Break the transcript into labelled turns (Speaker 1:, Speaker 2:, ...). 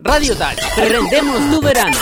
Speaker 1: Radio Touch, rendemos tu verano.